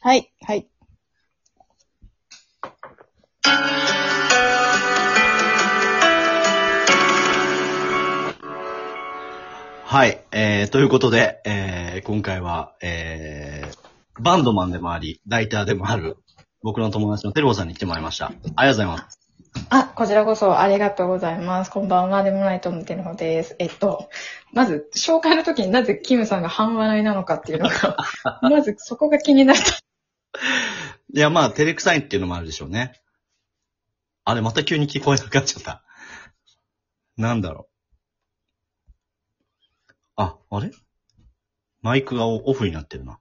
はい、はい。はい。えー、ということで、えー、今回は、えー、バンドマンでもあり、ライターでもある、僕の友達のテルボさんに来てもらいました。ありがとうございます。あ、こちらこそありがとうございます。こんばんは、でもないと思ってるのです。えっと、まず、紹介の時になぜキムさんが半笑いなのかっていうの が、まずそこが気になった。いや、まあ、照れくさいっていうのもあるでしょうね。あれ、また急に聞こえなくなっちゃった。なんだろう。あ、あれマイクがオフになってるな。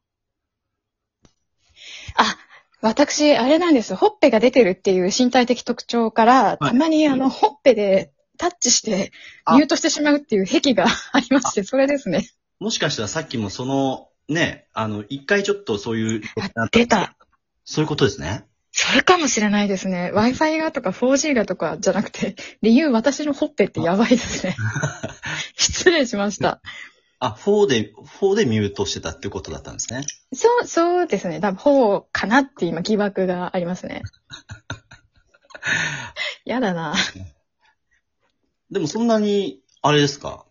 あ、私、あれなんです。ほっぺが出てるっていう身体的特徴から、たまにあの、ほっぺでタッチして、あミュートしてしまうっていう癖がありまして、それですね。もしかしたらさっきもその、ね、あの、一回ちょっとそういう、あ、出た。そういうことですね。それかもしれないですね。Wi-Fi がとか 4G がとかじゃなくて、 理由私のほっぺってやばいです ね。失礼しました。あ、4で、4でミュートしてたってことだったんですね。そう、そうですね。多分、ほうかなって今疑惑があります ね。やだな。でもそんなに、あれですか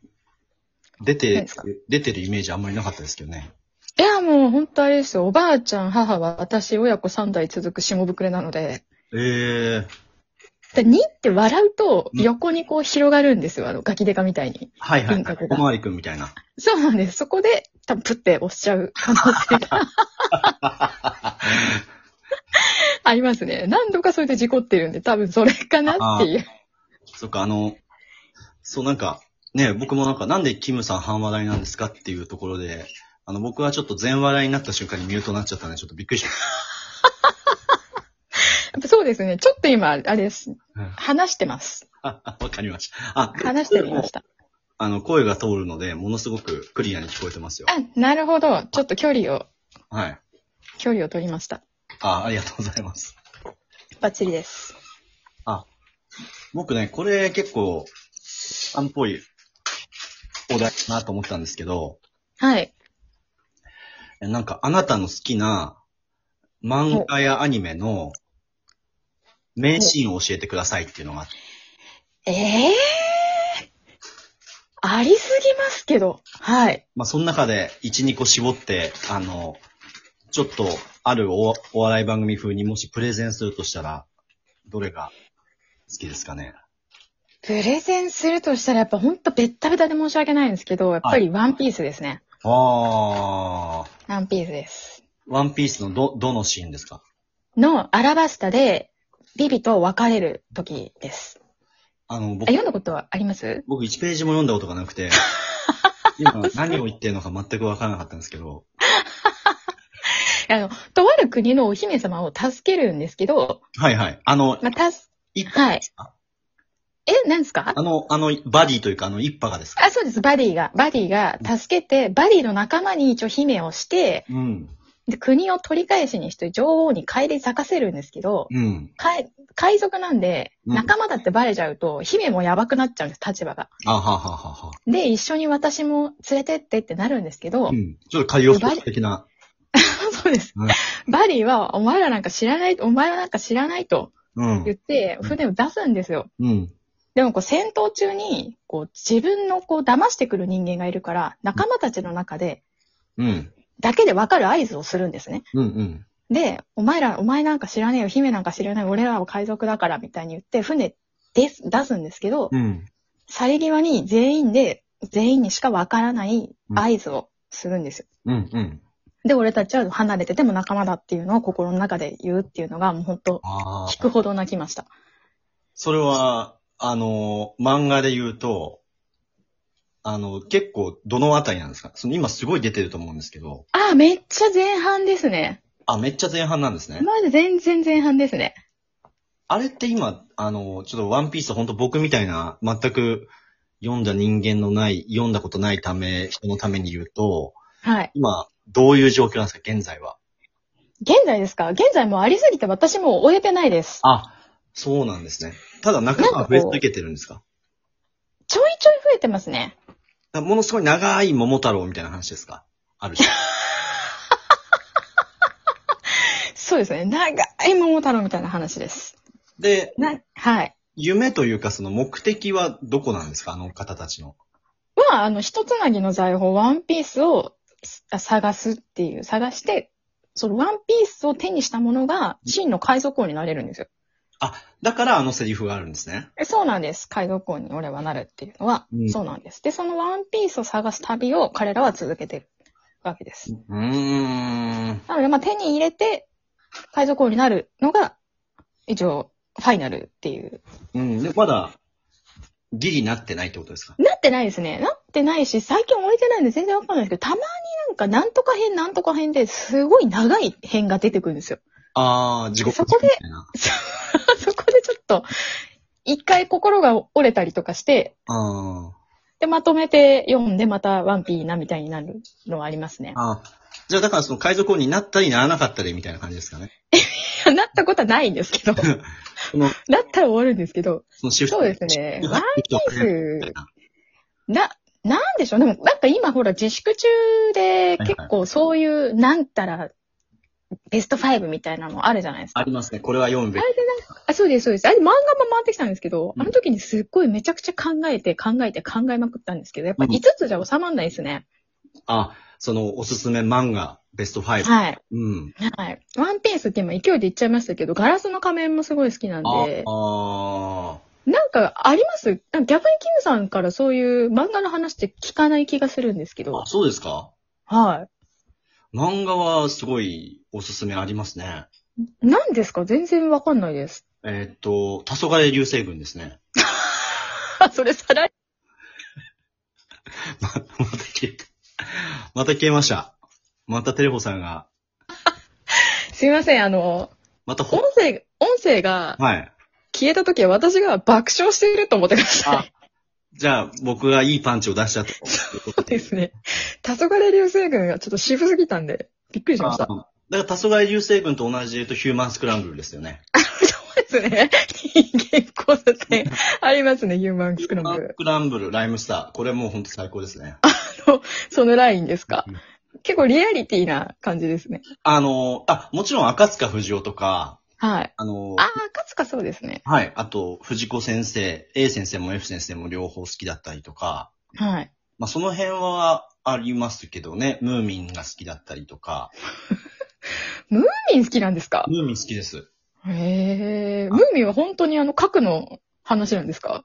出何てですか、出てるイメージあんまりなかったですけどね。いや、もう本当あれですよ。おばあちゃん、母は私、親子3代続く下ぶくれなので。ええで、2って笑うと、うん横にこう広がるんですよ。あの、ガキデカみたいに。はいは輪いはい。郭おがまわりくんみたいな。そうなんです。そこで、多分プって押しちゃ う可能性がありますね。何度かそれで事故ってるんで、多分それかなっていう。そっか、あの、そうなんか、ね、僕もなんか、なんでキムさん半笑いなんですかっていうところで、あの、僕はちょっと全笑いになった瞬間にミュートになっちゃったんで、ちょっとびっくりしましやっぱそうですね。ちょっと今、あれです。うん話してます。た。 あわかりました。あ、話してみました。あの、声が通るので、ものすごくクリアに聞こえてますよ。あ、なるほど。ちょっと距離を、はい。距離を取りました。あ、ありがとうございます。バッチリです。僕ね、これ結構、あんっぽいお題かなと思ったんですけど、はい。えなんかあなたの好きな漫画やアニメの名シーンを教えてくださいっていうのがあって、ええありすぎますけど。はい。まあその中で1、2個絞って、あの、ちょっとあるおお笑い番組風にもしプレゼンするとしたら、どれが好きですかね。プレゼンするとしたら、やっぱほんとベッタベタで申し訳ないんですけど、やっぱりワンピースですね。あー、ワンピースです。ワンピースのど、どのシーンですかの、アラバスタで、ビビと別れる時です。あの、あ僕読んだことはあります僕1ページも読んだことがなく て、今何を言ってるのか全くわからなかったんですけど、あの、とある国のお姫様を助けるんですけど、はいはい。あの、まあ、たす、一派はいですか。え、何ですかあの、あの、バディというか、あの、一派がですかあ、そうです。バディが、バディが助けて、バディの仲間に一応姫をして、うん。で、国を取り返しにして女王に帰り咲かせるんですけど、うん。かい海賊なんで、うん仲間だってバレちゃうと、姫もやばくなっちゃうんです、立場が。あはははは。で、一緒に私も連れてってってなるんですけど、うん。ちょっと海洋服的な。 そうですうん。バディは、お前らなんか知らない、お前はなんか知らないとうん言。って、うん船を出すんですよ。うん。でもこう戦闘中に、こう自分のこう騙してくる人間がいるから、仲間たちの中で、うん。だけでわかる合図をするんですね。うん。うん。で、お前ら、お前なんか知らねえよ、姫なんか知らない、俺らは海賊だから、みたいに言って、船です、出すんですけど、うん。去り際に全員で、全員にしかわからない合図をするんですよ。うん。うん。で、俺たちは離れてても仲間だっていうのを心の中で言うっていうのが、もうほんと、あ聞あ。くほど泣きました。それは、あの、漫画で言うと、あの、結構、どのあたりなんですかその今すごい出てると思うんですけど、あ、めっちゃ前半ですね。あ、めっちゃ前半なんですね。まだ全然前半ですね。あれって今、あの、ちょっとワンピースほんと僕みたいな、全く読んだ人間のない、読んだことないため、人のために言うと、はい。今、どういう状況なんですか、現在は。現在ですか現在もうありすぎて私もう終えてないです。あ、そうなんですね。ただ仲間が増え続けてるんですかちょいちょい増えてますね。だからものすごい 長い桃太郎みたいな話ですかある種。そうですね。長い桃太郎みたいな話です。で、な、はい。夢というかその目的はどこなんですかあの方たちの。は、あの、一つなぎの財宝、ワンピースをあ探すっていう、探して、そのワンピースを手にしたものが真の海賊王になれるんですよ。だからあのセリフがあるんですね。えそうなんです。海賊王に俺はなるっていうのは、うんそうなんです。で、そのワンピースを探す旅を彼らは続けてるわけです。うーん。なので、まあ、手に入れて、海賊王になるのが、一応、ファイナルっていう。うん。で、まだ、ギリなってないってことですかなってないですね。なってないし、最近置いてないんで全然わかんないですけど、たまになんか、なんとか編、なんとか編ですごい長い編が出てくるんですよ。 あー、地獄そこでみたいな。そこでちょっと、一回心が折れたりとかして、あー。で、まとめて読んで、またワンピーなみたいになるのはありますね。あじゃあだからその海賊王になったりならなかったりみたいな感じですかね。なったことはないんです けど。なのったら終わるんですけど。そのシフト。そうです ね。ワンシフトピーみスたい、なな、なんでしょうでも、なんか今ほら自粛中で結構そういう、なんたら、ベスト5みたいなのあるじゃないですか。ありますね。これは読むべあき。れでなんか、あ、そうです、そうです。あれ漫画も回ってきたんですけど、うんあの時にすっごいめちゃくちゃ考えて考えて考えまくったんですけど、やっぱうん5つじゃ収まんないですね。あ、そのおすすめ漫画、ベスト5。はい。うん。はい。ワンピースって今勢いで言っちゃいましたけど、ガラスの仮面もすごい好きなんあで、あー。なんかありますなんか逆にキムさんからそういう漫画の話って聞かない気がするんですけどあ、、そうですかは漫画はすごいおすすめありますね。い。何ですか全然わかんないです。えーっと、黄昏流星群ですね。 あ、 それさらに。ま、また消えた。また消えました。またテレホさんが、すいません、あの、またほ音、声、音声がはい。消えた時は私が爆笑していると思ってくださあい。、じゃあ僕がいいパンチを出しちゃった。そうですね。黄昏流星群がちょっと渋すぎたんで、びっくりしました。あだから、黄昏流星群と同じで言うと、ヒューマンスクランブルですよね。そうですね。人間交差 点ありますね、ヒューマンスクランブル。スクランブル、ライムスター。これもうほんと最高ですね。そのラインですかうん。結構リアリティな感じですね。あの、あ、もちろん赤塚不二夫とか、はい。あの、ああ、かつかそうですね。はい。あと、藤子先生、A 先生も F 先生も両方好きだったりとか、はい。まあその辺はありますけどね、ムーミンが好きだったりとか、ムーミン好きなんですかムーミン好きです。へえ。ムーミンは本当にあの、核の話なんですか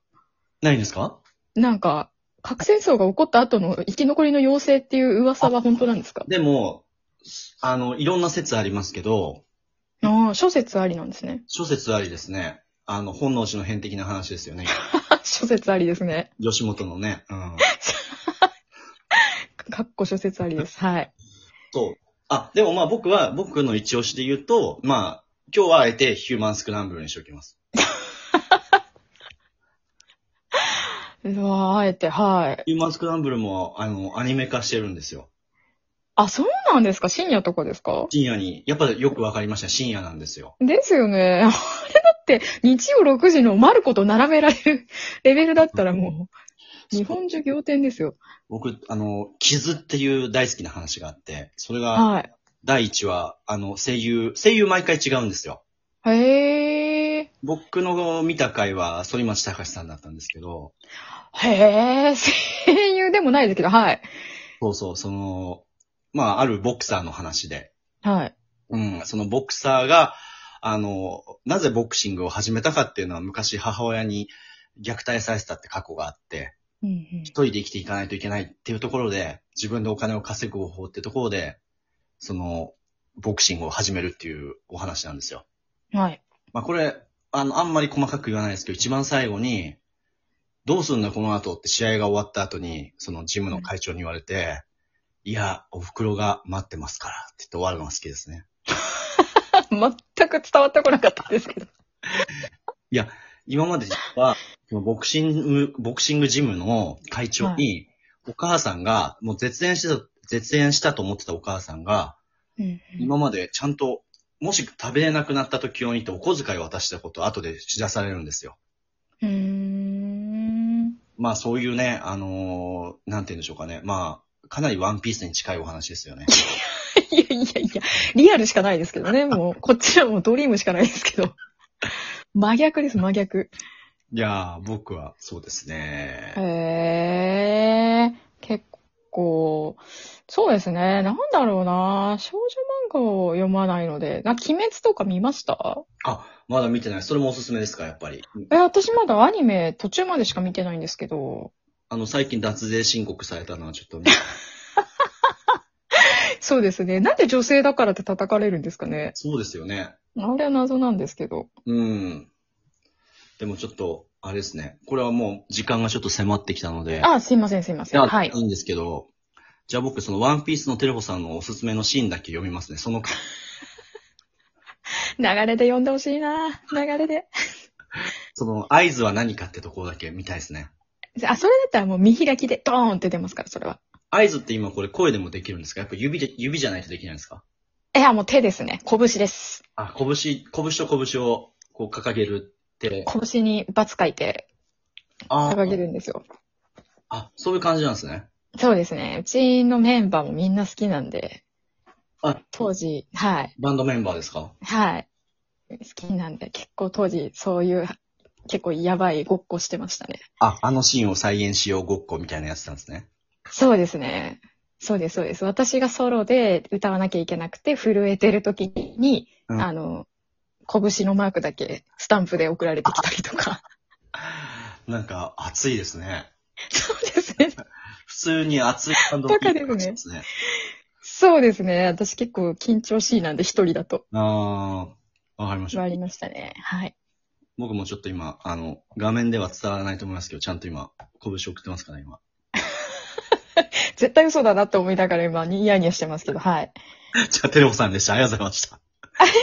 ないんですかなんか、核戦争が起こった後の生き残りの妖精っていう噂は本当なんですかでも、あの、いろんな説ありますけど、ああ、諸説ありなんですね。諸説ありですね。あの、本能寺の変的な話です よね。 諸説ありですね。吉本のね。 うん。かっこ諸説ありです。はい。そう。あ、でもまあ僕は、僕の一押しで言うと、まあ、今日はあえてヒューマンスクランブルにしておきます。うわあ、あえて、はい。ヒューマンスクランブルも、あの、アニメ化してるんですよ。あ、そうなんですか深夜とかですか深夜に、やっぱよくわかりました。深夜なんですよ。ですよね。 あれだって、日曜6時のマルコと並べられるレベルだったらもう、日本中仰天ですよ。僕、あの、傷っていう大好きな話があって、それが、はい。第一話、あの、声優、声優毎回違うんですよ。へえ。僕の見た回は、反町隆史さんだったんですけど、へえ、声優でもないですけど、はい。そうそう、その、まあ、あるボクサーの話で、はい。うん、そのボクサーが、あの、なぜボクシングを始めたかっていうのは昔母親に虐待されてたって過去があって、うんうん一人で生きていかないといけないっていうところで、自分でお金を稼ぐ方法ってところで、その、ボクシングを始めるっていうお話なんですよ。はい。まあこれ、あの、あんまり細かく言わないですけど、一番最後に、どうすんだこの後って試合が終わった後に、そのジムの会長に言われて、いや、お袋が待ってますからって言って終わるのが好きですね。全く伝わってこなかったですけど。今まで実は、そのボクシング、ボクシングジムの会長に、お母さんが、もう絶縁してた、絶縁したと思ってたお母さんが、うん今までちゃんと、もし食べれなくなった時用にってお小遣いを渡したことを後で知らされるんですよ。うん。うーん。まあそういうね、あのーなんて言うんでしょうかね。まあ、かなりワンピースに近いお話ですよね。いやいやいや、リアルしかないですけどね。もう、こっちはもうドリームしかないですけど。真逆です、真逆。 いやー、僕はそうですね。へえ、結構、そうですね。なんだろうな。少女漫画を読まないので。な、鬼滅とか見ましたまだ見てない。それもおすすめですか、やっぱり。え、私まだアニメ途中までしか見てないんですけど。あの、最近脱税申告されたのはちょ っとね、そうですね。なんで女性だからって叩かれるんですかね。そうですよね。あれは謎なんですけど。うん。でもちょっと、あれですね。これはもう、時間がちょっと迫ってきたので。あ、すいません、すいまいせん。や、はいい、。いんですけど、じゃあ僕、そのワンピースのテレホさんのおすすめのシーンだけ読みますね。その間、流れで読んでほしいな。流れで。その合図は何かってところだけ見たいですね。あ、それだったらもう見開きでドーンって出ますから、それは。合図って今これ声でもできるんですかやっぱ指で、指じゃないとできないんですかいや、もう手ですね。拳です。あ、拳、拳と拳をこう掲げるって。拳にバツ書いてあ掲げーるんですよ。あ、そういう感じなんですね。そうですね。うちのメンバーもみんな好きなんで、あ、当時、はい、バンドメンバーですかはい。好きなんで、結構当時、そういう、結構やばいごっこしてましたね。あ、あのシーンを再現しようごっこみたいなやつなんですね。そうですね。そうです、そうです。私がソロで歌わなきゃいけなくて、震えてる時に、うんあの、拳のマークだけ、スタンプで送られてきたりと か。なんか、熱いですね。そうですね。普通に熱いバンドバカですねメンバーで すね。そうですね。私結構緊張しいなんで、一人だと。あー、わかりました。ありましたね。はい。僕もちょっと今、あの、画面では伝わらないと思いますけど、ちゃんと今、拳を送ってますから、今。 絶対嘘だなって思いながら今、ニヤニヤしてますけど、はい。じゃあ、テレホさんでした。ありがとうございました。